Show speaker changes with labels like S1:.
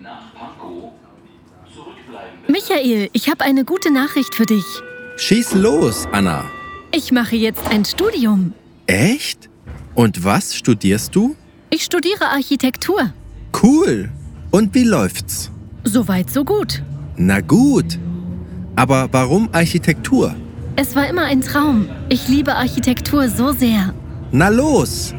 S1: nach Pankow zurückbleiben.
S2: Michael, ich habe eine gute Nachricht für dich.
S3: Schieß los, Anna.
S2: Ich mache jetzt ein Studium.
S3: Echt? Und was studierst du?
S2: Ich studiere Architektur.
S3: Cool. Und wie läuft's?
S2: Soweit, so gut.
S3: Na gut. Aber warum Architektur?
S2: Es war immer ein Traum. Ich liebe Architektur so sehr.
S3: Na los,